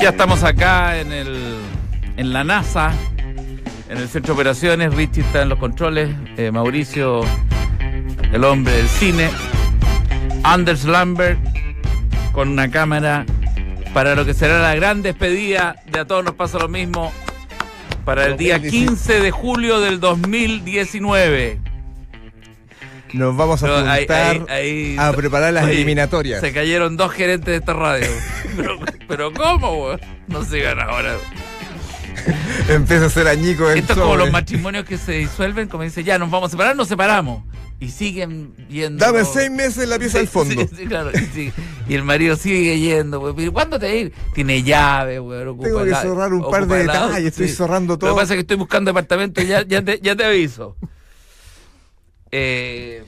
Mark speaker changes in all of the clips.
Speaker 1: Ya estamos acá en, el, en la NASA, en el centro de operaciones. Richie está en los controles. eh, Mauricio, el hombre del cine. Anders Lambert con una cámara para lo que será la gran despedida de A Todos Nos Pasa Lo Mismo para el día 15 de julio del 2019.
Speaker 2: Nos vamos a
Speaker 1: No,
Speaker 2: juntar
Speaker 1: ahí- ahí- ahí-
Speaker 2: a preparar las
Speaker 1: Oye,
Speaker 2: eliminatorias.
Speaker 1: Se cayeron dos gerentes de esta radio. pero, pero ¿cómo, weón? No sigan ahora.
Speaker 2: Empieza a ser añico el
Speaker 1: Esto es como
Speaker 2: sobre.
Speaker 1: los matrimonios que se disuelven, como dice, ya nos vamos a separar, nos separamos. Y siguen viendo.
Speaker 2: Dame seis meses la pieza
Speaker 1: Sí,
Speaker 2: al fondo.
Speaker 1: sí, sí, claro, y, sigue- y el marido sigue yendo, güey. Pero, ¿Cuándo te vas a ir? Tiene llave, güey. ocupa
Speaker 2: Tengo que
Speaker 1: la-
Speaker 2: zorrar un par
Speaker 1: ocupa
Speaker 2: de
Speaker 1: la-
Speaker 2: detalles, estoy
Speaker 1: sí.
Speaker 2: zorrando
Speaker 1: Lo
Speaker 2: todo.
Speaker 1: que pasa es que estoy buscando departamento, ya, ya, te, ya te aviso. Eh,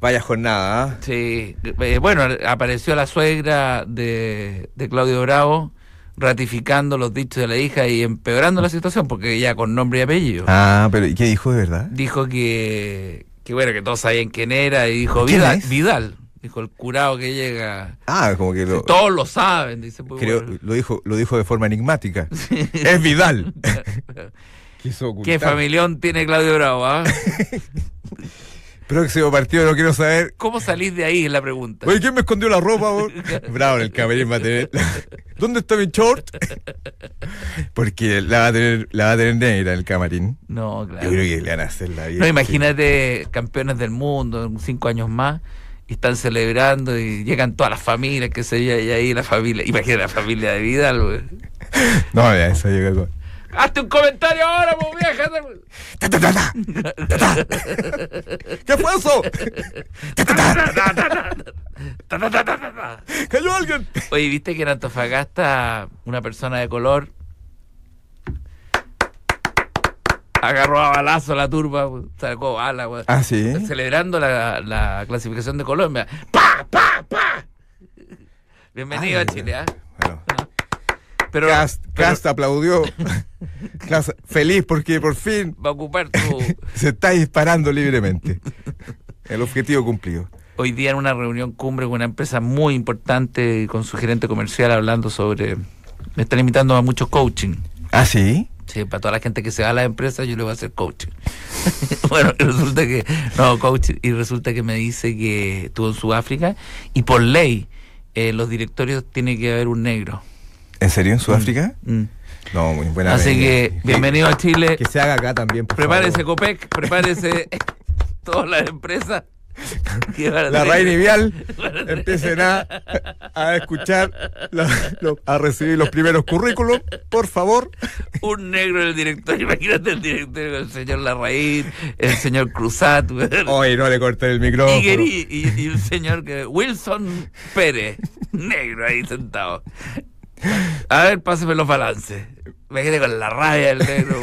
Speaker 2: Vaya jornada, ¿ah?
Speaker 1: sí, eh, bueno, apareció la suegra de, de Claudio Bravo ratificando los dichos de la hija y empeorando la situación, porque ya con nombre y apellido
Speaker 2: Ah, pero ¿y qué dijo de verdad?
Speaker 1: dijo que, que bueno, que todos sabían quién era y dijo
Speaker 2: ¿Quién
Speaker 1: Vidal,
Speaker 2: es?
Speaker 1: Vidal, dijo el curado que llega.
Speaker 2: Ah, como que lo,
Speaker 1: Todos lo saben, dice. pues,
Speaker 2: creo,
Speaker 1: bueno.
Speaker 2: lo, dijo, lo dijo de forma enigmática. Es Vidal. Quiso
Speaker 1: Qué
Speaker 2: ocultar.
Speaker 1: familión tiene Claudio Bravo, ¿ah?
Speaker 2: Próximo partido, no quiero saber.
Speaker 1: ¿Cómo salís de ahí? Es la pregunta.
Speaker 2: Oye, ¿quién me escondió la ropa? vos? Bravo, en el camerino va a tener. ¿Dónde está mi short? Porque la va a tener, la va a tener negra en el camarín.
Speaker 1: No, claro.
Speaker 2: Yo creo que le van a hacer la vida.
Speaker 1: No, imagínate campeones del mundo, en cinco años más, y están celebrando y llegan todas las familias, que se y ahí la familia. Imagínate la familia de Vidal, güey.
Speaker 2: No, mira, eso llega con.
Speaker 1: Hazte un comentario ahora, pues, vieja.
Speaker 2: ¡Ta, ta, ta, ta! ¡Ta, ta! ¿Qué fue eso? ¡Ta, ta, ta!
Speaker 1: Ta, ta, ta, ta, ta, ta.
Speaker 2: ¡Cayó alguien!
Speaker 1: Oye, viste que en Antofagasta una persona de color agarró a balazo a la turba, pues, sacó bala, pues,
Speaker 2: Ah, sí.
Speaker 1: celebrando la, la clasificación de Colombia. ¡Pa, pa, pa! Bienvenido
Speaker 2: Ay,
Speaker 1: a Chile, ¿ah?
Speaker 2: Bueno,
Speaker 1: Pero,
Speaker 2: Cast,
Speaker 1: pero
Speaker 2: Cast aplaudió. Cast, feliz porque por fin
Speaker 1: va a ocupar tu...
Speaker 2: se está disparando libremente. El objetivo cumplido.
Speaker 1: Hoy día en una reunión cumbre con una empresa muy importante y con su gerente comercial hablando sobre... Me están invitando a muchos coaching.
Speaker 2: ¿Ah, sí?
Speaker 1: Sí, para toda la gente que se va a las empresas, yo le voy a hacer coaching. bueno, y resulta que, no, coach, y resulta que me dice que estuvo en Sudáfrica y por ley eh, en los directorios tiene que haber un negro.
Speaker 2: ¿En serio? ¿En Sudáfrica?
Speaker 1: Mm.
Speaker 2: No, muy buena.
Speaker 1: Así
Speaker 2: medida.
Speaker 1: que, bienvenido a Chile.
Speaker 2: Que se haga acá también. por
Speaker 1: Prepárese,
Speaker 2: favor.
Speaker 1: Copec, prepárese todas las empresas. que van a
Speaker 2: La
Speaker 1: tener-
Speaker 2: raíz vial empiecen a, a escuchar, la- lo- a recibir los primeros currículos, por favor.
Speaker 1: Un negro en el directorio. Imagínate el directorio, el señor Larraín, el señor Cruzat. weón.
Speaker 2: Hoy no le corten el micrófono.
Speaker 1: Higuerí y, y un señor que Wilson Pérez, negro ahí sentado. A ver, pásame los balances. Me quedé con la rabia del negro.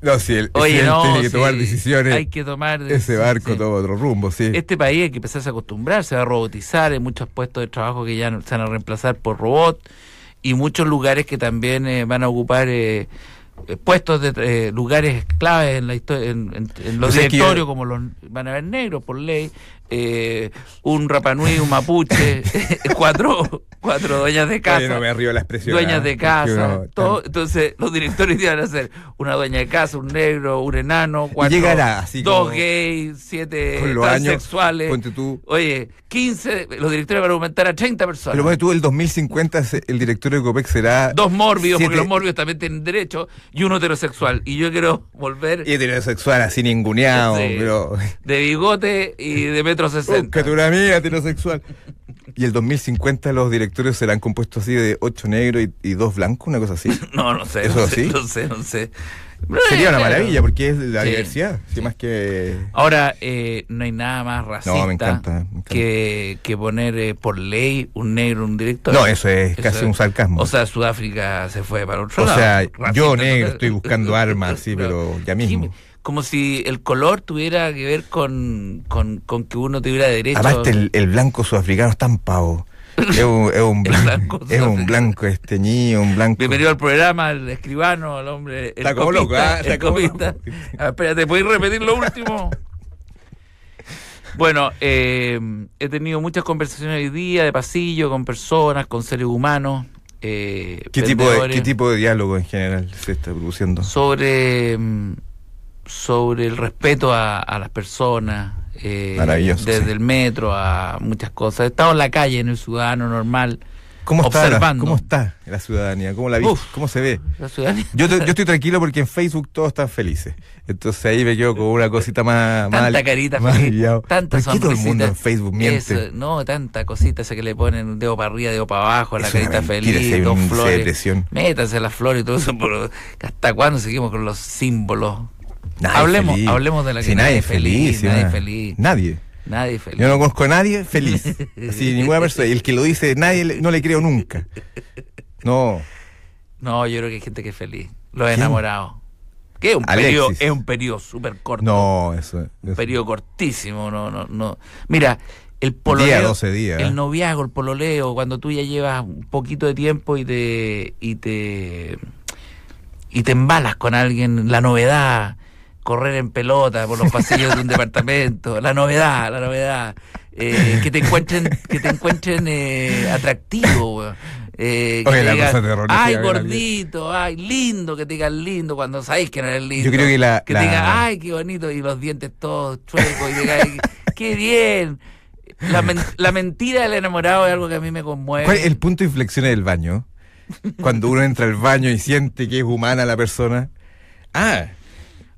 Speaker 2: No, sí, el
Speaker 1: Oye,
Speaker 2: él
Speaker 1: no,
Speaker 2: tiene que
Speaker 1: sí,
Speaker 2: tomar decisiones.
Speaker 1: Hay que tomar
Speaker 2: Ese barco
Speaker 1: sí.
Speaker 2: toma otro rumbo, sí.
Speaker 1: Este país hay que empezar a acostumbrar, se va a robotizar, hay muchos puestos de trabajo que ya no- se van a reemplazar por robot y muchos lugares que también eh, van a ocupar eh, eh, puestos de eh, lugares claves en la historia, en, en- en los
Speaker 2: Yo sé que
Speaker 1: directorios
Speaker 2: yo-
Speaker 1: como los van a haber negros por ley, eh, un Rapanui, un Mapuche, cuatro cuatro dueñas de casa.
Speaker 2: Oye, no me arriba la expresión. ah,
Speaker 1: Dueñas de
Speaker 2: porque
Speaker 1: casa,
Speaker 2: uno-
Speaker 1: todo, entonces los directores iban a ser una dueña de casa, un negro, un enano, cuatro,
Speaker 2: llegará así
Speaker 1: dos
Speaker 2: como-
Speaker 1: gays, siete
Speaker 2: Con los años,
Speaker 1: transexuales.
Speaker 2: ponte tú.
Speaker 1: Oye, 15, los directores van a aumentar a 30 personas.
Speaker 2: Pero bueno, tú, el 2050, se- el director de Copec será.
Speaker 1: dos mórbidos, porque
Speaker 2: siete-
Speaker 1: los mórbidos también tienen derecho, y uno heterosexual. Y yo quiero volver
Speaker 2: Heterosexual, así ninguneado,
Speaker 1: Sí.
Speaker 2: pero.
Speaker 1: de bigote y de
Speaker 2: Uh,
Speaker 1: metro sesenta.
Speaker 2: Buscatura mía, heterosexual. Y el 2050 los directorios serán compuestos así de ocho negros y, y dos blancos, una cosa así.
Speaker 1: No, no sé.
Speaker 2: ¿Eso
Speaker 1: no sé,
Speaker 2: sí?
Speaker 1: No sé, no sé.
Speaker 2: Sería una
Speaker 1: Pero-
Speaker 2: maravilla porque es la
Speaker 1: Sí.
Speaker 2: diversidad, sí, más que...
Speaker 1: Ahora, eh, no hay nada más racista
Speaker 2: No, me encanta, me encanta.
Speaker 1: Que, que poner eh, por ley un negro en un director.
Speaker 2: No, eso es casi un sarcasmo.
Speaker 1: O sea, Sudáfrica se fue para otro
Speaker 2: O
Speaker 1: lado.
Speaker 2: sea,
Speaker 1: Racista
Speaker 2: yo
Speaker 1: total.
Speaker 2: negro estoy buscando armas, sí, pero ya mismo.
Speaker 1: Sí, Como si el color tuviera que ver con, con, con que uno tuviera derecho.
Speaker 2: Aparte este, el, el blanco sudafricano es tan pavo. Es un, es un
Speaker 1: El blanco
Speaker 2: blanco, es un
Speaker 1: sudafricano.
Speaker 2: blanco esteñido, un blanco...
Speaker 1: Bienvenido al programa, el escribano, el hombre. El
Speaker 2: Está como
Speaker 1: copista,
Speaker 2: loco, ¿ah? Está
Speaker 1: el
Speaker 2: como
Speaker 1: copista.
Speaker 2: loco.
Speaker 1: Ah, espérate, ¿podéis repetir lo último? Bueno, eh, he tenido muchas conversaciones hoy día de pasillo con personas, con seres humanos. eh,
Speaker 2: ¿Qué tipo, de,
Speaker 1: vendedores,
Speaker 2: ¿Qué tipo de diálogo en general se está produciendo?
Speaker 1: Sobre, mm, sobre el respeto a, a las personas. eh,
Speaker 2: Maravilloso,
Speaker 1: Desde
Speaker 2: sí.
Speaker 1: el metro a muchas cosas. He estado en la calle, en el ciudadano normal.
Speaker 2: ¿Cómo está, la,
Speaker 1: observando.
Speaker 2: ¿Cómo está la ciudadanía? ¿Cómo la vi?
Speaker 1: Uf.
Speaker 2: ¿Cómo se ve?
Speaker 1: La ciudadanía.
Speaker 2: Yo, te- yo estoy tranquilo porque en Facebook todos están felices. Entonces ahí me quedo con una cosita más.
Speaker 1: Tanta
Speaker 2: más-
Speaker 1: carita
Speaker 2: más
Speaker 1: feliz,
Speaker 2: aliviado.
Speaker 1: tanta
Speaker 2: ¿Por qué todo el
Speaker 1: sonrisita?
Speaker 2: mundo en Facebook miente?
Speaker 1: Eso, no, tanta cosita esa que le ponen un dedo para arriba, dedo para abajo, la
Speaker 2: Es una
Speaker 1: carita
Speaker 2: mentira, si hay
Speaker 1: feliz,
Speaker 2: un
Speaker 1: dos
Speaker 2: índice de
Speaker 1: flores.
Speaker 2: depresión.
Speaker 1: Métanse las flores y todo eso. Pero ¿Hasta cuándo seguimos con los símbolos?
Speaker 2: Nadie
Speaker 1: hablemos,
Speaker 2: feliz.
Speaker 1: hablemos de la que
Speaker 2: Si nadie es feliz. si
Speaker 1: nadie
Speaker 2: una-
Speaker 1: feliz,
Speaker 2: Nadie.
Speaker 1: nadie feliz.
Speaker 2: Yo no conozco a nadie feliz. Así, ninguna persona. Y el que lo dice, nadie le- no le creo nunca. No.
Speaker 1: No, yo creo que hay gente que es feliz. Los
Speaker 2: ¿Quién?
Speaker 1: enamorados. Que es un
Speaker 2: Alexis.
Speaker 1: periodo, es un periodo súper corto.
Speaker 2: No, eso.
Speaker 1: Un
Speaker 2: eso-
Speaker 1: periodo cortísimo, no, no, no. Mira, el pololeo.
Speaker 2: 12 días. ¿eh?
Speaker 1: El noviazgo, el pololeo, cuando tú ya llevas un poquito de tiempo y te. y te. y te embalas con alguien, la novedad, correr en pelota por los pasillos de un departamento, la novedad, la novedad. eh, que te encuentren, que te encuentren eh, atractivo, weón. Eh, que
Speaker 2: Oye,
Speaker 1: te
Speaker 2: la
Speaker 1: digan,
Speaker 2: cosa terrorífica
Speaker 1: ay
Speaker 2: que la vi".
Speaker 1: gordito, ay lindo, que te digan lindo cuando sabes que no eres lindo.
Speaker 2: Yo creo que la-
Speaker 1: Que
Speaker 2: la-
Speaker 1: te digan, ay, qué bonito, y los dientes todos chuecos, y diga, "Ay, qué bien. La, men- la mentira del enamorado es algo que a mí me conmueve.
Speaker 2: ¿Cuál es el punto de inflexión del baño? Cuando uno entra al baño y siente que es humana la persona. Ah,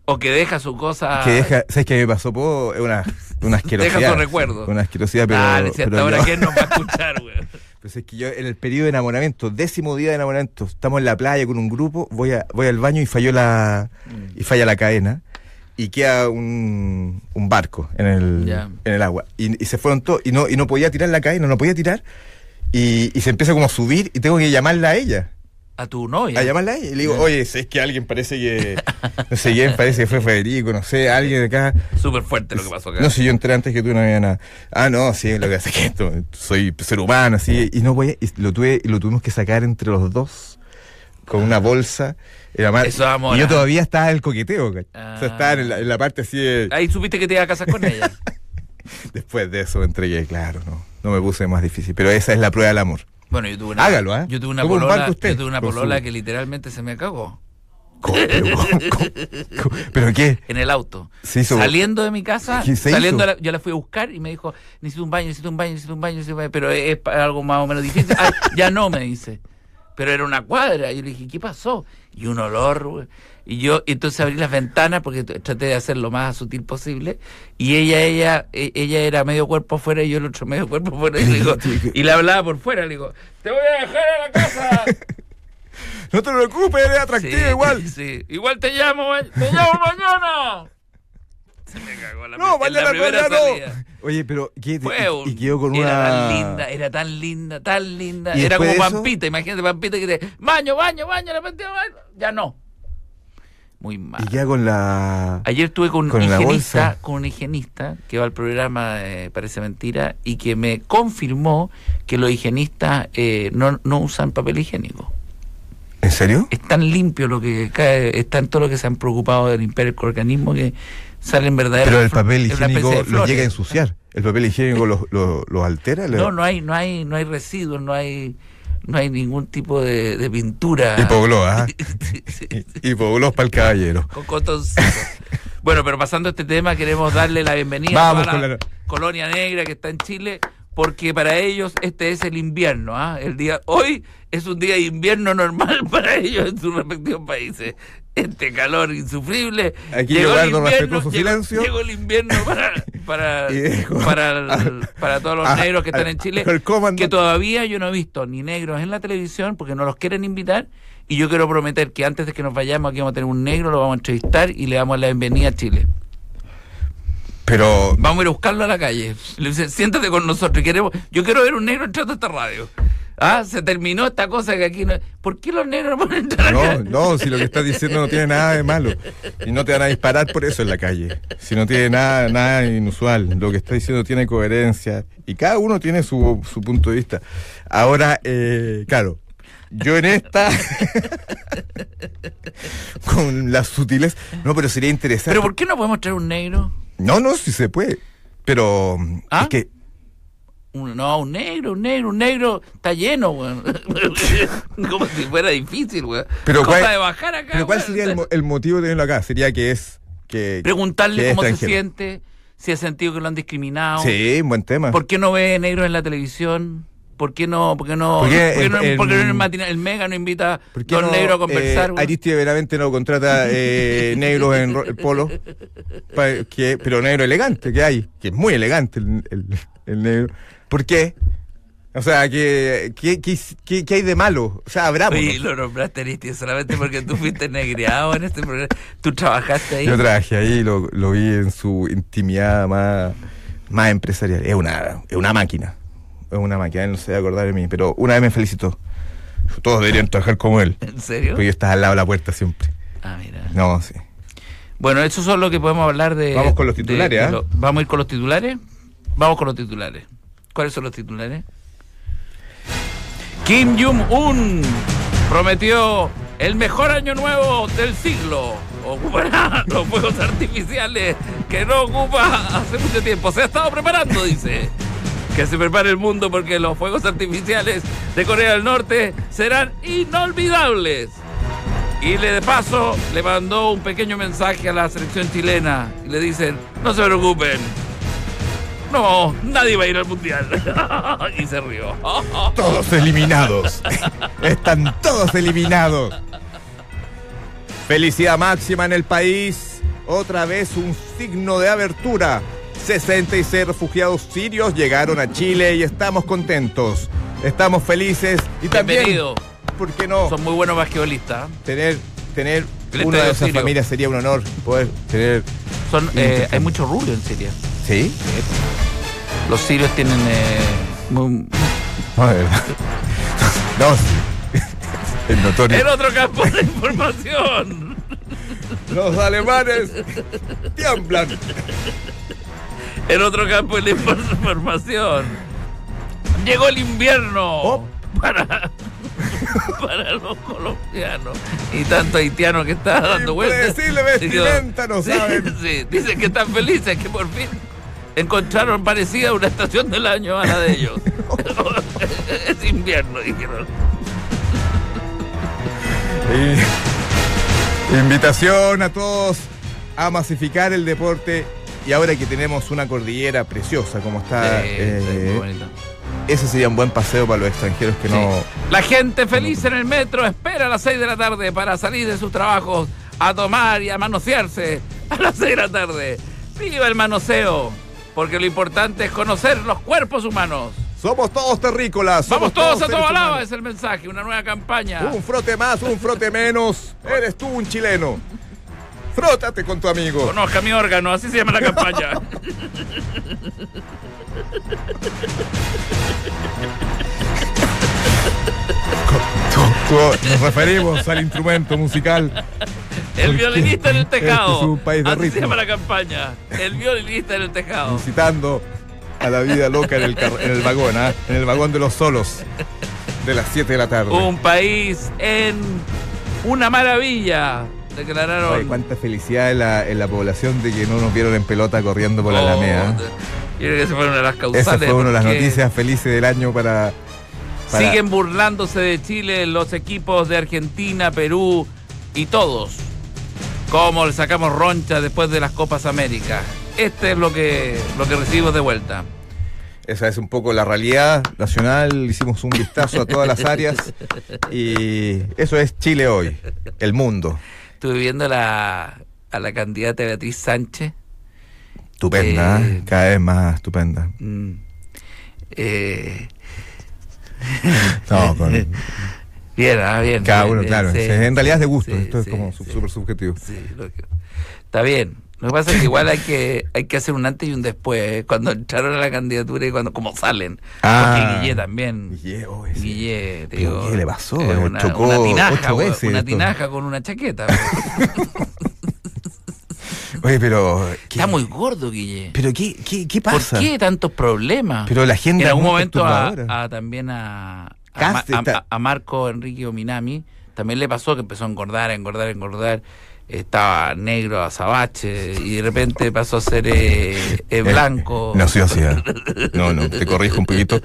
Speaker 1: O que deja su cosa.
Speaker 2: que deja. ¿Sabes qué me pasó? Puedo- Es una, una asquerosidad.
Speaker 1: Ah. Deja su recuerdo. Ah,
Speaker 2: Una asquerosidad, pero.
Speaker 1: Dale, si hasta
Speaker 2: pero
Speaker 1: ahora
Speaker 2: yo-
Speaker 1: quién nos va a escuchar, weón.
Speaker 2: Pues es que yo en el periodo de enamoramiento, décimo día de enamoramiento, estamos en la playa con un grupo, voy, a, voy al baño y falló la y falla la cadena y queda un, un barco en el,
Speaker 1: Ya.
Speaker 2: en el agua y, y se fueron todos y no y no podía tirar la cadena, no podía tirar y, y se empieza como a subir y tengo que llamarla a ella,
Speaker 1: A tu novia.
Speaker 2: a llamarla a ella y le digo, "Oye, es que alguien parece que no sé quién, parece que fue Federico, no sé, alguien de acá
Speaker 1: Súper fuerte lo que pasó acá.
Speaker 2: no, si yo entré antes que tú no había nada. Ah, no, sí, lo que hace es que esto, soy ser humano, así. Y no voy lo tuve, lo tuvimos que sacar entre los dos con una bolsa. Era más-
Speaker 1: Ah. Eso es amor,
Speaker 2: y yo
Speaker 1: ah.
Speaker 2: todavía estaba en el coqueteo, ¿cachai? O sea,
Speaker 1: Ah.
Speaker 2: estaba en la, en la parte así de-
Speaker 1: Ahí supiste que te ibas a casar con ella.
Speaker 2: Después de eso me entregué, claro, no. No me puse más difícil. Pero esa es la prueba del amor.
Speaker 1: Bueno, yo tuve una.
Speaker 2: Hágalo, ¿ah?
Speaker 1: Yo tuve una
Speaker 2: Toma un
Speaker 1: polola,
Speaker 2: barco usted,
Speaker 1: yo tuve una
Speaker 2: con su-
Speaker 1: polola que literalmente se me cagó.
Speaker 2: ¿Cómo? ¿Pero, cómo? ¿Cómo? ¿Cómo? ¿Pero qué?
Speaker 1: en el auto.
Speaker 2: Se hizo-
Speaker 1: Saliendo de mi casa,
Speaker 2: ¿Qué se
Speaker 1: saliendo
Speaker 2: hizo?
Speaker 1: a la- yo la fui a buscar y me dijo, necesito un baño, necesito un baño, necesito un baño, necesito un baño", pero es pa- algo más o menos difícil. "Ay, ya no, me dice. Pero era una cuadra. Y yo le dije, ¿qué pasó? Y un olor, güey. Y yo, y entonces abrí las ventanas porque t- traté de hacer lo más sutil posible. Y ella, ella, e- ella era medio cuerpo afuera y yo el otro medio cuerpo afuera. Y le digo, y le hablaba por fuera, le digo, te voy a dejar a la casa.
Speaker 2: No te preocupes, eres atractivo
Speaker 1: Sí,
Speaker 2: igual.
Speaker 1: sí. Igual te llamo, ma- te llamo mañana. Se me cagó la
Speaker 2: No,
Speaker 1: pri- en
Speaker 2: mañana no,
Speaker 1: primera
Speaker 2: ya
Speaker 1: salida.
Speaker 2: no. Oye, pero ¿qué?
Speaker 1: Fue
Speaker 2: Y,
Speaker 1: un-
Speaker 2: y quedó con
Speaker 1: Era
Speaker 2: una.
Speaker 1: tan linda, era tan linda, tan linda.
Speaker 2: ¿Y
Speaker 1: Era
Speaker 2: después
Speaker 1: como
Speaker 2: de eso?
Speaker 1: Pampita, imagínate Pampita que te... Baño, baño, baño, la partida, baño. Ya no. Muy mal.
Speaker 2: Y queda con la.
Speaker 1: Ayer estuve con un
Speaker 2: Con la
Speaker 1: higienista,
Speaker 2: bolsa.
Speaker 1: con un higienista que va al programa de Parece Mentira y que me confirmó que los higienistas eh, no, no usan papel higiénico.
Speaker 2: ¿En serio?
Speaker 1: es tan limpio lo que cae, es tanto lo que se han preocupado de limpiar el organismo que salen verdaderos.
Speaker 2: Pero el papel higiénico los llega a ensuciar. El papel higiénico los, los, los altera. le-
Speaker 1: No, no hay, no hay, no hay residuos, no hay, no hay ningún tipo de, de pintura.
Speaker 2: Hipoglós, ¿ah?
Speaker 1: Sí, sí, sí,
Speaker 2: Hipoglós para el caballero.
Speaker 1: Con cotoncito. Bueno, pero pasando a este tema, queremos darle la bienvenida
Speaker 2: Vamos
Speaker 1: a toda
Speaker 2: con
Speaker 1: la
Speaker 2: la-
Speaker 1: colonia negra que está en Chile, porque para ellos este es el invierno, ¿ah? El día hoy es un día de invierno normal para ellos en sus respectivos países. Este calor insufrible.
Speaker 2: Aquí yo guardo respetuoso silencio.
Speaker 1: Llegó el invierno para para
Speaker 2: Y Ah, dejo
Speaker 1: para, el-
Speaker 2: a-
Speaker 1: para todos los
Speaker 2: a-
Speaker 1: negros que están
Speaker 2: a-
Speaker 1: en Chile.
Speaker 2: al comando.
Speaker 1: Que todavía yo no he visto ni negros en la televisión porque no los quieren invitar. Y yo quiero prometer que antes de que nos vayamos aquí vamos a tener un negro, lo vamos a entrevistar y le damos la bienvenida a Chile.
Speaker 2: Pero
Speaker 1: Vamos a ir a buscarlo a la calle. Le dicen, siéntate con nosotros. y Queremos, yo quiero ver un negro entrando a esta radio. Ah, se terminó esta cosa que aquí no... ¿Por qué los negros no pueden entrar acá?
Speaker 2: no, no, si lo que estás diciendo no tiene nada de malo. Y no te van a disparar por eso en la calle. Si no tiene nada, nada inusual. Lo que estás diciendo tiene coherencia. Y cada uno tiene su, su punto de vista. Ahora, eh, claro, yo en esta. con las sutiles. No, pero sería interesante.
Speaker 1: Pero ¿por qué no podemos traer un negro?
Speaker 2: No, no, si se puede. Pero
Speaker 1: ¿Ah?
Speaker 2: es que
Speaker 1: Un- no, un negro, un negro, un negro está lleno, weón. Como si fuera difícil, weón.
Speaker 2: Pero
Speaker 1: Cosa
Speaker 2: cuál-
Speaker 1: de bajar acá.
Speaker 2: ¿Pero cuál
Speaker 1: weón.
Speaker 2: sería el, mo- el motivo de tenerlo acá? Sería que es. Que, que
Speaker 1: Preguntarle
Speaker 2: es
Speaker 1: cómo se
Speaker 2: extranjero.
Speaker 1: siente, si ha sentido que lo han discriminado.
Speaker 2: Sí, un buen tema.
Speaker 1: ¿Por qué no ve negros en la televisión? ¿Por qué no? ¿Por qué no?
Speaker 2: ¿Por qué
Speaker 1: por qué no-
Speaker 2: en-
Speaker 1: por qué no en el,
Speaker 2: en-
Speaker 1: matina- el Mega no invita
Speaker 2: ¿Por qué
Speaker 1: dos
Speaker 2: no,
Speaker 1: negros a conversar?
Speaker 2: eh,
Speaker 1: weón?
Speaker 2: Aristide Veramente no contrata eh, negros en ro- polo, pa- que, pero negro elegante que hay, que es muy elegante el, el- el negro. ¿Por qué? O sea, ¿qué, qué, qué, qué- qué hay de malo? O sea, habrá.
Speaker 1: Oye, lo nombraste Aristide solamente porque tú fuiste negreado en este programa. Tú trabajaste ahí.
Speaker 2: Yo traje ahí, lo, lo vi en su intimidad más, más empresarial. Es una, es una máquina. Es una máquina, él no se va a acordar de mí, pero una vez me felicitó. Todos deberían trabajar como él.
Speaker 1: ¿En serio?
Speaker 2: Porque yo estaba al lado de la puerta siempre.
Speaker 1: Ah, mira.
Speaker 2: No, sí.
Speaker 1: Bueno, eso es lo que podemos hablar de.
Speaker 2: Vamos con los
Speaker 1: de-
Speaker 2: titulares,
Speaker 1: de
Speaker 2: ¿ah?
Speaker 1: lo- ¿Vamos a ir con los titulares? Vamos con los titulares. ¿Cuáles son los titulares? Kim Jong-un prometió el mejor año nuevo del siglo. Ocupará los fuegos artificiales que no ocupa hace mucho tiempo. Se ha estado preparando, dice. Que se prepare el mundo porque los fuegos artificiales de Corea del Norte serán inolvidables. Y le de paso le mandó un pequeño mensaje a la selección chilena y le dicen, no se preocupen. No, nadie va a ir al mundial. y se rió.
Speaker 2: Todos eliminados. Están todos eliminados. Felicidad máxima en el país. Otra vez un signo de abertura. 66 refugiados sirios llegaron a Chile y estamos contentos. Estamos felices y también, Oh.
Speaker 1: Bienvenido.
Speaker 2: ¿por qué no?
Speaker 1: Son muy buenos basquetbolistas.
Speaker 2: Tener, tener
Speaker 1: El
Speaker 2: una
Speaker 1: estadio
Speaker 2: de esas
Speaker 1: sirio.
Speaker 2: familias sería un honor poder tener.
Speaker 1: Son,
Speaker 2: Sí,
Speaker 1: eh,
Speaker 2: sí, sí.
Speaker 1: hay mucho rubio en Siria.
Speaker 2: ¿Sí?
Speaker 1: Los sirios tienen... eh, muy-
Speaker 2: No, de verdad. No, sí. Es notorio.
Speaker 1: El otro campo de información.
Speaker 2: Los alemanes tiemblan.
Speaker 1: El otro campo de información. Llegó el invierno.
Speaker 2: Oh.
Speaker 1: Para, para los colombianos y tanto haitiano que está dando vueltas.
Speaker 2: Impredecible vestimenta, no
Speaker 1: Sí,
Speaker 2: saben.
Speaker 1: sí, dicen que están felices, que por fin encontraron parecida una estación del año a la de ellos. es invierno, dijeron.
Speaker 2: Y- Invitación a todos a masificar el deporte. Y ahora que tenemos una cordillera preciosa como está,
Speaker 1: Sí, sí,
Speaker 2: eh,
Speaker 1: muy bonito.
Speaker 2: ese sería un buen paseo para los extranjeros que no.
Speaker 1: Sí. La gente feliz en el metro espera a las 6 de la tarde para salir de sus trabajos a tomar y a manosearse a las 6 de la tarde. ¡Viva el manoseo! Porque lo importante es conocer los cuerpos humanos.
Speaker 2: Somos todos terrícolas.
Speaker 1: Vamos
Speaker 2: somos
Speaker 1: todos a
Speaker 2: seres
Speaker 1: toda lava,
Speaker 2: humanos.
Speaker 1: es el mensaje, una nueva campaña.
Speaker 2: Un frote más, un frote menos. Eres tú un chileno. Frótate con tu amigo.
Speaker 1: Conozca mi órgano, así se llama la campaña.
Speaker 2: Tú- tú- nos referimos al instrumento musical.
Speaker 1: El
Speaker 2: Porque
Speaker 1: violinista en el tejado.
Speaker 2: este es un país de
Speaker 1: así se
Speaker 2: ritmo.
Speaker 1: llama la campaña. El violinista en el tejado.
Speaker 2: visitando a la vida loca en el, car- en el vagón, ¿ah? en el vagón de los solos, de las 7 de la tarde.
Speaker 1: Un país en una maravilla. Declararon.
Speaker 2: Ay, cuánta felicidad en la, en la población de que no nos vieron en pelota corriendo por la
Speaker 1: Oh,
Speaker 2: Alameda. ¿eh?
Speaker 1: Yo creo que esa fue una de las causales.
Speaker 2: Esa fue una de las
Speaker 1: porque
Speaker 2: noticias felices del año para... para-
Speaker 1: Siguen burlándose de Chile los equipos de Argentina, Perú y todos. Cómo le sacamos roncha después de las Copas América. Este es lo que, lo que recibimos de vuelta.
Speaker 2: Esa es un poco la realidad nacional. Hicimos un vistazo a todas las áreas. Y eso es Chile hoy, el mundo.
Speaker 1: Estuve viendo la, a la candidata Beatriz Sánchez.
Speaker 2: Estupenda,
Speaker 1: Eh.
Speaker 2: ¿eh? cada vez más estupenda.
Speaker 1: Mm. Eh,
Speaker 2: No, con-
Speaker 1: bien, ah, bien.
Speaker 2: cada
Speaker 1: bien,
Speaker 2: uno,
Speaker 1: bien,
Speaker 2: claro.
Speaker 1: sí,
Speaker 2: en realidad es de gusto,
Speaker 1: sí,
Speaker 2: esto es
Speaker 1: sí,
Speaker 2: como
Speaker 1: sí.
Speaker 2: súper subjetivo.
Speaker 1: Sí, lo que- está bien. Lo que pasa es que igual hay que, hay que hacer un antes y un después. ¿eh? Cuando entraron a la candidatura y cuando como salen.
Speaker 2: Ah.
Speaker 1: Porque Guille también.
Speaker 2: Guille, oh, ese-
Speaker 1: Guille, te
Speaker 2: Pero
Speaker 1: digo,
Speaker 2: Guille le pasó,
Speaker 1: es
Speaker 2: eh,
Speaker 1: una,
Speaker 2: chocó
Speaker 1: una tinaja,
Speaker 2: ocho
Speaker 1: weón,
Speaker 2: veces
Speaker 1: una
Speaker 2: esto.
Speaker 1: tinaja con una chaqueta. weón.
Speaker 2: Oye, pero. ¿qué,
Speaker 1: Está muy gordo, Guille.
Speaker 2: pero qué, qué, qué
Speaker 1: ¿Por
Speaker 2: pasa?
Speaker 1: qué tantos problemas?
Speaker 2: Pero la agenda
Speaker 1: en
Speaker 2: es
Speaker 1: algún
Speaker 2: muy
Speaker 1: momento a,
Speaker 2: perturbadora.
Speaker 1: a- también a, a,
Speaker 2: Cast
Speaker 1: Ma- a-
Speaker 2: está-
Speaker 1: a Marco Enrique Ominami también le pasó que empezó a engordar, a engordar, a engordar. estaba negro, azabache, y de repente pasó a ser eh, eh, blanco.
Speaker 2: No, sí, así, ah. No, no, te corrijo un poquito.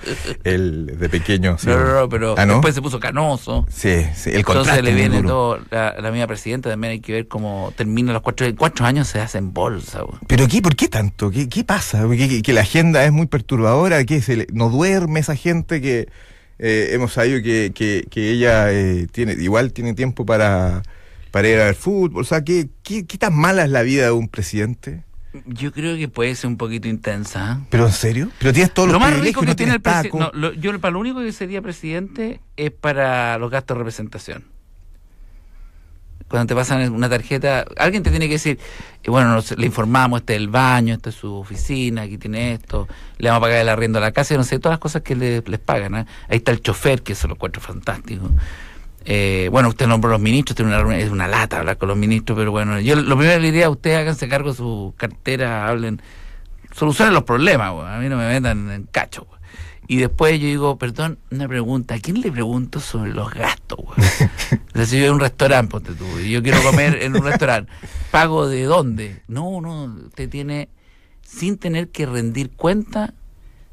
Speaker 2: El de pequeño. sí.
Speaker 1: No, no, no, pero
Speaker 2: ¿Ah, no?
Speaker 1: después se puso canoso.
Speaker 2: Sí, sí, el contraste.
Speaker 1: Entonces le
Speaker 2: muy
Speaker 1: viene
Speaker 2: duro.
Speaker 1: todo, la, la misma presidenta también hay que ver cómo termina los cuatro, en cuatro años se hacen bolsa. güey.
Speaker 2: Pero qué, ¿por qué tanto? ¿Qué, qué pasa? ¿Que, que- que la agenda es muy perturbadora, que se le- no duerme esa gente que eh, hemos sabido que, que- que ella eh, tiene, igual tiene tiempo para, para ir a ver fútbol. O sea, ¿qué, qué, qué tan mala es la vida de un presidente?
Speaker 1: Yo creo que puede ser un poquito intensa. ¿eh?
Speaker 2: ¿Pero en serio? ¿Pero tienes todos
Speaker 1: Lo
Speaker 2: los
Speaker 1: más
Speaker 2: privilegios,
Speaker 1: rico que
Speaker 2: no
Speaker 1: tiene el
Speaker 2: tienes
Speaker 1: presidente,
Speaker 2: taco?
Speaker 1: yo para lo único que sería presidente es para los gastos de representación. Cuando te pasan una tarjeta, alguien te tiene que decir, eh, bueno, nos- le informamos, este es el baño, esta es su oficina, aquí tiene esto, le vamos a pagar el arriendo a la casa, y no sé, todas las cosas que le- les pagan. ¿eh? Ahí está el chofer, que son los cuatro fantásticos. Eh, bueno, usted nombró a los ministros, tiene una, reunión- es una lata hablar con los ministros, pero bueno, yo lo primero que le diría a ustedes, háganse cargo de su cartera, hablen, solucionen los problemas, weón, a mí no me metan en cacho. weón. Y después yo digo, perdón, una pregunta, ¿a quién le pregunto sobre los gastos? weón? O sea, si yo voy a un restaurante, ponte tú, y yo quiero comer en un restaurante, ¿pago de dónde? No, no, usted tiene, sin tener que rendir cuenta,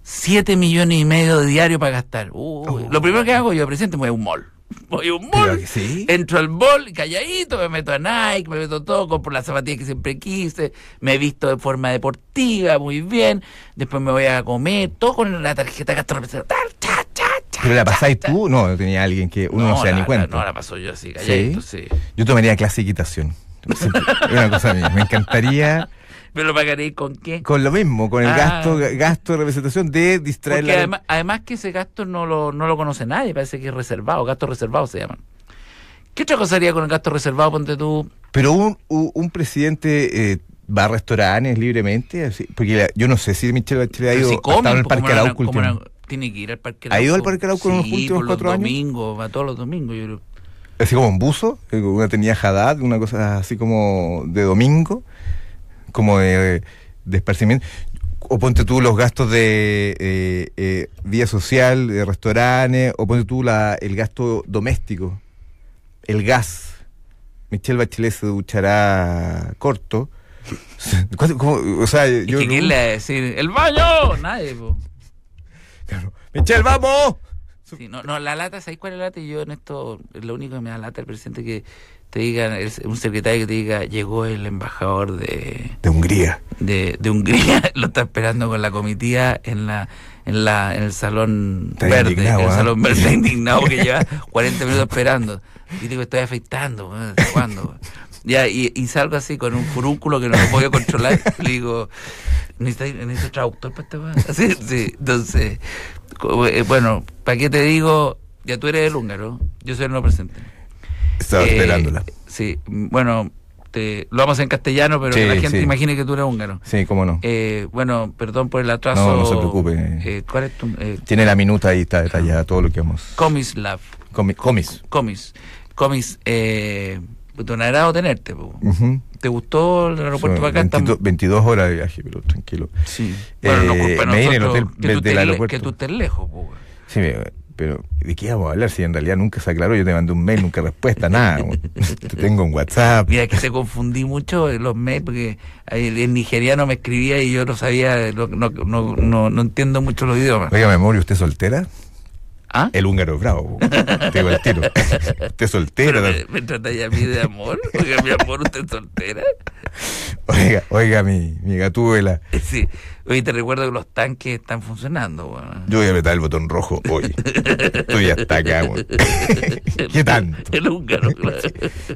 Speaker 1: 7 millones y medio de diario para gastar. Uy,
Speaker 2: Oh.
Speaker 1: Lo primero que hago yo, presidente, me voy a un mall. Voy a un mall.
Speaker 2: Pero, ¿sí?
Speaker 1: Entro al bol, calladito, me meto a Nike, me meto todo, compro las zapatillas que siempre quise, me he visto de forma deportiva, muy bien, después me voy a comer, todo con la tarjeta gasto representar, cha, cha, cha.
Speaker 2: ¿Pero la
Speaker 1: cha,
Speaker 2: pasáis
Speaker 1: cha.
Speaker 2: tú? No, tenía alguien que uno no, se da
Speaker 1: la-
Speaker 2: ni
Speaker 1: la-
Speaker 2: cuenta.
Speaker 1: no, la pasó yo así, calladito, sí.
Speaker 2: Yo tomaría clase de equitación. Siempre- Es una cosa mía. Me encantaría
Speaker 1: ¿Pero lo pagaré con qué?
Speaker 2: con lo mismo, con el
Speaker 1: Ah.
Speaker 2: gasto, gasto de representación de distraer
Speaker 1: Porque
Speaker 2: la
Speaker 1: además, además que ese gasto no lo, no lo conoce nadie, parece que es reservado, gastos reservados se llaman. ¿Qué otra cosa haría con el gasto reservado, ponte tú?
Speaker 2: Pero un, u- un presidente eh, va a restaurantes libremente, así, porque la- yo no sé si Michelle Bachelet ha
Speaker 1: Pero
Speaker 2: ido
Speaker 1: si
Speaker 2: hasta
Speaker 1: comen,
Speaker 2: ahora al
Speaker 1: pues,
Speaker 2: Parque
Speaker 1: como no
Speaker 2: Arauco
Speaker 1: van a- como no
Speaker 2: último.
Speaker 1: van a- Tiene que ir al Parque
Speaker 2: ¿Ha
Speaker 1: Arauco.
Speaker 2: ido al Parque Arauco en los
Speaker 1: Sí,
Speaker 2: últimos
Speaker 1: por
Speaker 2: cuatro
Speaker 1: los
Speaker 2: años?
Speaker 1: domingos, va todos los domingos. Yo creo.
Speaker 2: Así como un buzo, eh, una tenía Haddad, una cosa así como de domingo, como de, de esparcimiento. O ponte tú los gastos de eh, eh, vía social, de restaurantes, o ponte tú la, el gasto doméstico, el gas. Michelle Bachelet se duchará corto. ¿Cuánto- cómo? o sea,
Speaker 1: Es
Speaker 2: yo
Speaker 1: que, ¿Quién le va a decir? ¡El baño! Nadie, po.
Speaker 2: Claro. Michelle, vamos.
Speaker 1: Sí, no, no, la lata, ¿sabes cuál es la lata? Y yo en esto, lo único que me da lata el presidente que te diga, el- un secretario que te diga, llegó el embajador de,
Speaker 2: De Hungría.
Speaker 1: de, de Hungría, lo está esperando con la comitiva en la en la en el salón
Speaker 2: Está
Speaker 1: verde,
Speaker 2: indignado,
Speaker 1: en el
Speaker 2: ¿ah?
Speaker 1: salón verde está indignado que lleva 40 minutos esperando. Y digo, estoy afeitando, weón, ¿hasta ¿cuándo? weón? Ya, y, y salgo así con un furúnculo que no lo puedo controlar, le digo, necesito, necesito traductor para este weón?". Así, sí. Entonces, co- eh, bueno, ¿para qué te digo? Ya tú eres el húngaro, yo soy el no presente.
Speaker 2: Estaba
Speaker 1: Eh,
Speaker 2: esperándola.
Speaker 1: Sí, bueno, te, lo vamos a hacer en castellano, pero
Speaker 2: Sí,
Speaker 1: que la gente
Speaker 2: sí.
Speaker 1: imagine que tú eres húngaro.
Speaker 2: Sí, cómo no.
Speaker 1: Eh, bueno, perdón por el atraso.
Speaker 2: No, no se preocupe.
Speaker 1: Eh, ¿Cuál es tu...? eh,
Speaker 2: Tiene la minuta ahí, está detallada todo lo que hemos.
Speaker 1: Comislav.
Speaker 2: Comi- comis.
Speaker 1: Comis. Comis, eh, puta, un agrado tenerte. po.
Speaker 2: Ujú.
Speaker 1: ¿Te gustó el aeropuerto
Speaker 2: Son
Speaker 1: para acá?
Speaker 2: 22,
Speaker 1: Estamos-
Speaker 2: horas de viaje, pero tranquilo.
Speaker 1: Sí.
Speaker 2: Eh,
Speaker 1: Bueno, no culpa de
Speaker 2: me vine al
Speaker 1: nosotros
Speaker 2: hotel
Speaker 1: que tú
Speaker 2: del
Speaker 1: estés le-
Speaker 2: aeropuerto.
Speaker 1: Que tú estés lejos, po, weón.
Speaker 2: Sí, me- pero ¿de qué vamos a hablar si en realidad nunca se aclaró? Yo te mandé un mail, nunca respuesta, nada. güey. te tengo en WhatsApp.
Speaker 1: Mira, que te confundí mucho en los mails porque eh, el, el nigeriano me escribía y yo no sabía, no, no, no, no- no entiendo mucho los idiomas.
Speaker 2: Oiga, memoria, ¿usted es soltera?
Speaker 1: ¿Ah?
Speaker 2: El húngaro bravo. güey. Te digo el tiro. ¿Usted es soltera?
Speaker 1: Pero me, me trata ya a mí de amor, porque mi amor usted es soltera.
Speaker 2: Oiga, oiga, mi, mi gatúbela.
Speaker 1: Sí. Oye, te recuerdo que los tanques están funcionando, weón.
Speaker 2: Yo voy a apretar el botón rojo hoy. Estoy hasta acá, güey. ¿Qué tanto?
Speaker 1: El húngaro, claro.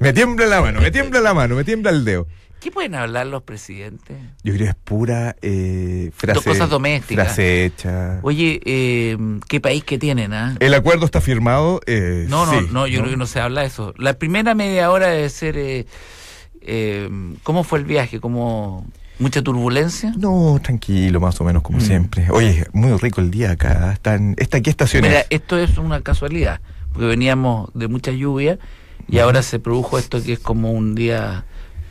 Speaker 2: Me tiembla la mano, me tiembla la mano, me tiembla el dedo.
Speaker 1: ¿Qué pueden hablar los presidentes?
Speaker 2: Yo creo que es pura eh, frase.
Speaker 1: Do- cosas domésticas.
Speaker 2: Frase hecha.
Speaker 1: Oye, eh, ¿qué país que tienen, ah?
Speaker 2: El acuerdo está firmado. eh,
Speaker 1: No, no,
Speaker 2: sí,
Speaker 1: no, yo creo que no se habla de eso. La primera media hora debe ser... eh, eh, ¿Cómo fue el viaje? ¿Cómo, ¿Mucha turbulencia?
Speaker 2: No, tranquilo, más o menos como
Speaker 1: Mm.
Speaker 2: siempre. Oye, muy rico el día acá. Están, ¿esta, ¿Qué estaciones?
Speaker 1: Mira, esto es una casualidad, porque veníamos de mucha lluvia y ahora se produjo esto que es como un día...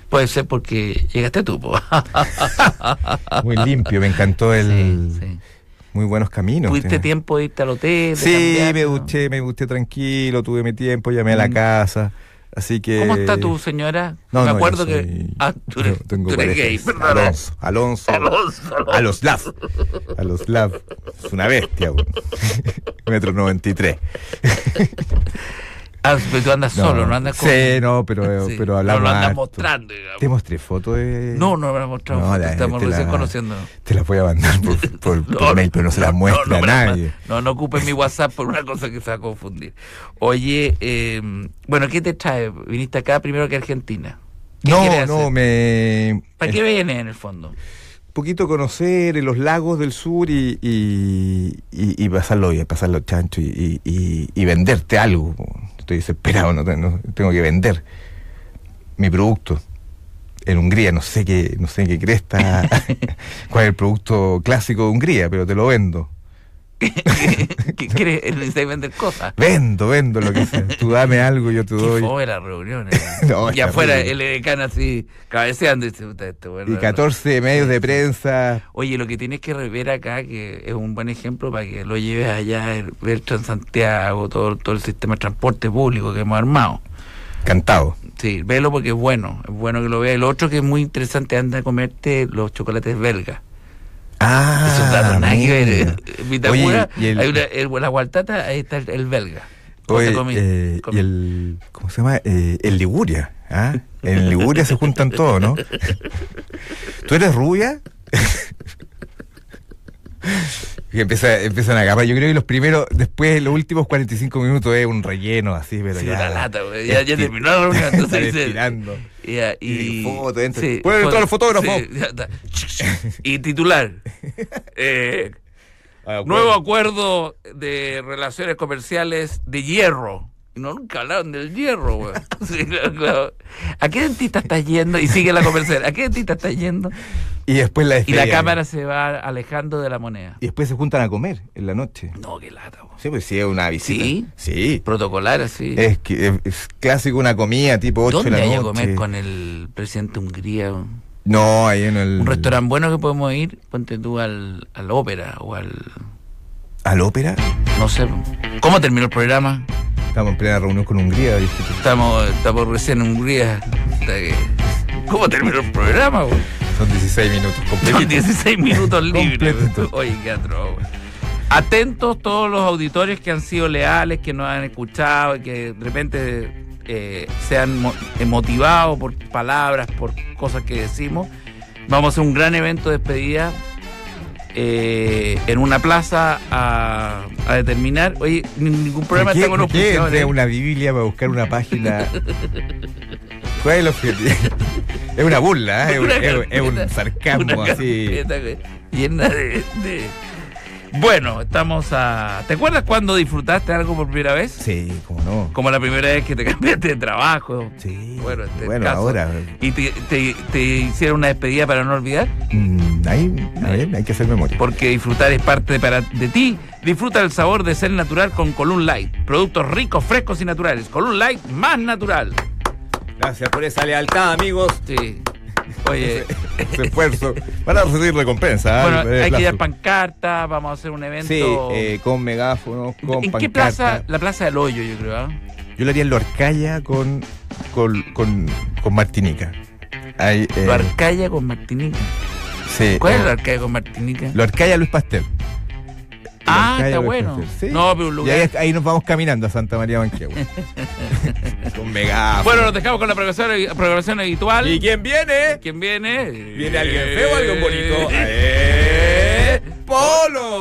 Speaker 1: Puede ser porque llegaste tú, po.
Speaker 2: Muy limpio, me encantó el.
Speaker 1: eh, Sí, sí.
Speaker 2: Muy buenos caminos.
Speaker 1: ¿Tuviste
Speaker 2: tiene.
Speaker 1: tiempo de irte al hotel? de
Speaker 2: Sí,
Speaker 1: cambiarte,
Speaker 2: me
Speaker 1: no?
Speaker 2: duché, me duché tranquilo, tuve mi tiempo, llamé a la
Speaker 1: Mm.
Speaker 2: casa. Así que.
Speaker 1: ¿Cómo está tu señora?
Speaker 2: No,
Speaker 1: Me
Speaker 2: no, yo
Speaker 1: acuerdo
Speaker 2: soy-
Speaker 1: que. Ah, tú
Speaker 2: yo
Speaker 1: eres,
Speaker 2: tengo
Speaker 1: tú eres
Speaker 2: pareja,
Speaker 1: gay,
Speaker 2: sí.
Speaker 1: ¿verdad?
Speaker 2: Alonso, Alonso,
Speaker 1: Alonso, Alonso.
Speaker 2: a los Lav, a los Lav, es una bestia, weón. metro noventa y tres.
Speaker 1: Ah, pero tú andas solo, no andas con.
Speaker 2: Sí, no, pero,
Speaker 1: Sí.
Speaker 2: pero
Speaker 1: No
Speaker 2: hablamos.
Speaker 1: lo andas
Speaker 2: harto.
Speaker 1: mostrando, digamos.
Speaker 2: Te mostré fotos de.
Speaker 1: No, no me la mostrado.
Speaker 2: No,
Speaker 1: foto,
Speaker 2: la-
Speaker 1: estamos
Speaker 2: te la-
Speaker 1: recién conociendo.
Speaker 2: Te las voy a mandar por, por- por
Speaker 1: No,
Speaker 2: mail, pero no se las muestra
Speaker 1: no,
Speaker 2: a
Speaker 1: no,
Speaker 2: nadie.
Speaker 1: No, no ocupen mi WhatsApp por una cosa que se va a confundir. Oye, eh, bueno, ¿qué te trae? Viniste acá primero que Argentina. ¿Qué
Speaker 2: No,
Speaker 1: quieres
Speaker 2: no,
Speaker 1: hacer?
Speaker 2: me.
Speaker 1: ¿Para
Speaker 2: el-
Speaker 1: qué vienes en el fondo?
Speaker 2: poquito conocer los lagos del sur y, y, y, y pasarlo bien, pasarlo chancho y, y, y- y venderte algo. Estoy desesperado, no, te- no- tengo que vender mi producto. En Hungría, no sé qué, no sé qué cresta, cuál es el producto clásico de Hungría, pero te lo vendo.
Speaker 1: ¿Qué quieres? Necesitas vender cosas.
Speaker 2: Vendo, vendo lo que sea. Tú dame algo, yo te
Speaker 1: Qué
Speaker 2: doy.
Speaker 1: fome las reuniones.
Speaker 2: No,
Speaker 1: y
Speaker 2: está
Speaker 1: afuera
Speaker 2: horrible.
Speaker 1: el decano así cabeceando. y dice, "Puta, este bueno,
Speaker 2: Y
Speaker 1: no".
Speaker 2: 14 medios
Speaker 1: Sí,
Speaker 2: de
Speaker 1: sí.
Speaker 2: prensa.
Speaker 1: Oye, lo que tienes que ver acá, que es un buen ejemplo para que lo lleves allá, el- ver Transantiago, todo, todo el sistema de transporte público que hemos armado.
Speaker 2: Cantado.
Speaker 1: Sí, velo porque es bueno, es bueno que lo veas. Y Lo otro que es muy interesante, anda a comerte los chocolates belgas.
Speaker 2: Ah,
Speaker 1: Esos datos nada que ver.
Speaker 2: mira.
Speaker 1: En Vitacura,
Speaker 2: Oye, y el-
Speaker 1: hay una, el, la gualtata, ahí está el, el belga. ¿Cómo
Speaker 2: Oye,
Speaker 1: te comí?
Speaker 2: eh,
Speaker 1: Comí.
Speaker 2: y el, ¿cómo se llama? Eh, el Liguria, ¿ah? En Liguria se juntan todos, ¿no? ¿Tú eres rubia? Y empieza, empiezan a agarrar. Yo creo que los primeros, después los últimos 45 minutos es un relleno así, pero
Speaker 1: Sí,
Speaker 2: ya.
Speaker 1: una lata, güey. Ya, ya
Speaker 2: Estir-
Speaker 1: terminó la reunión.
Speaker 2: Están
Speaker 1: Entonces, dice-
Speaker 2: estirando.
Speaker 1: Ya,
Speaker 2: Y
Speaker 1: y,
Speaker 2: foto, entra. Pueden todos los fotógrafos.
Speaker 1: ya está. y titular. eh,
Speaker 2: Ah,
Speaker 1: nuevo
Speaker 2: bueno.
Speaker 1: acuerdo de relaciones comerciales de hierro. Y no, nunca hablaron del hierro, güey. Sí, claro, claro. ¿A qué dentista estás yendo? Y sigue la conversación. ¿A qué dentista estás yendo?
Speaker 2: Y después la
Speaker 1: Y la
Speaker 2: despedida.
Speaker 1: cámara se va alejando de la moneda.
Speaker 2: Y después se juntan a comer en la noche.
Speaker 1: No, qué lata, güey.
Speaker 2: Sí, pues sí, es una visita.
Speaker 1: ¿Sí?
Speaker 2: Sí.
Speaker 1: Protocolar así.
Speaker 2: Es, que- es, es clásico una comida tipo 8 de
Speaker 1: ¿Dónde
Speaker 2: la
Speaker 1: hay
Speaker 2: noche.
Speaker 1: a comer con el presidente de Hungría? güey?
Speaker 2: No, ahí en el.
Speaker 1: Un restaurante bueno que podemos ir, ponte tú al, al ópera o al...
Speaker 2: ¿Al ópera?
Speaker 1: No sé. ¿Cómo terminó el programa?
Speaker 2: Estamos en plena reunión con Hungría. ¿viste?
Speaker 1: Estamos, estamos recién en Hungría. Puta que- ¿Cómo terminó el programa? güey?
Speaker 2: Son 16 minutos
Speaker 1: Son
Speaker 2: completitos.
Speaker 1: 16 minutos libres.
Speaker 2: Completo.
Speaker 1: Oye, qué atroz, güey. Atentos todos los auditores que han sido leales, que nos han escuchado y que de repente eh, se han mo- eh, motivado por palabras, por cosas que decimos. Vamos a hacer un gran evento de despedida eh, en una plaza a, a determinar. Oye, ni- ningún problema
Speaker 2: ¿Qué,
Speaker 1: está con ¿eh? los
Speaker 2: qué entré
Speaker 1: auspiciadores.
Speaker 2: a una Biblia para buscar una página? ¿Cuál es el objetivo? Es una burla, ¿eh? es, un-
Speaker 1: Una
Speaker 2: es un- es
Speaker 1: carpeta,
Speaker 2: un sarcasmo
Speaker 1: una
Speaker 2: así.
Speaker 1: carpeta, güey, llena de, de- Bueno, estamos a. ¿Te acuerdas cuando disfrutaste algo por primera vez?
Speaker 2: Sí, cómo no.
Speaker 1: Como la primera vez que te cambiaste de trabajo.
Speaker 2: Sí.
Speaker 1: Bueno, este
Speaker 2: Bueno,
Speaker 1: caso.
Speaker 2: ahora.
Speaker 1: Y te, te- te hicieron una despedida para no olvidar,
Speaker 2: mm, ahí, a ver, hay que hacer memoria.
Speaker 1: porque disfrutar es parte de, para, de ti. Disfruta el sabor de ser natural con Column Light. Productos ricos, frescos y naturales. Column Light más natural.
Speaker 2: Gracias por esa lealtad, amigos.
Speaker 1: Sí. Oye.
Speaker 2: Ese esfuerzo. Van a recibir recompensa. ¿eh?
Speaker 1: Bueno,
Speaker 2: El
Speaker 1: hay que
Speaker 2: plazo.
Speaker 1: dar pancarta, vamos a hacer un evento.
Speaker 2: Sí, eh, con megáfonos, con
Speaker 1: ¿En
Speaker 2: pancartas.
Speaker 1: qué plaza? La plaza del hoyo, yo creo. ¿ah?
Speaker 2: Yo lo haría en Lorcaya con, con, con, con Martinica. Ahí, eh,
Speaker 1: Loarcaya con Martinica.
Speaker 2: sí,
Speaker 1: ¿Cuál es
Speaker 2: eh,
Speaker 1: Loarcaya con Martinica?
Speaker 2: Lorcaya Luis Pastel.
Speaker 1: Ah,
Speaker 2: Lorcaya
Speaker 1: está
Speaker 2: Luis
Speaker 1: bueno.
Speaker 2: Pastel, sí.
Speaker 1: No, pero un
Speaker 2: Y
Speaker 1: lugar.
Speaker 2: ahí, ahí nos vamos caminando a Santa María Banquehue. con megáfono.
Speaker 1: Bueno, nos dejamos con la programación, programación habitual.
Speaker 2: ¿Y quién viene?
Speaker 1: ¿Quién viene?
Speaker 2: ¿Viene alguien feo o alguien bonito?
Speaker 1: Eh.
Speaker 2: ¡Eh! ¡Polo!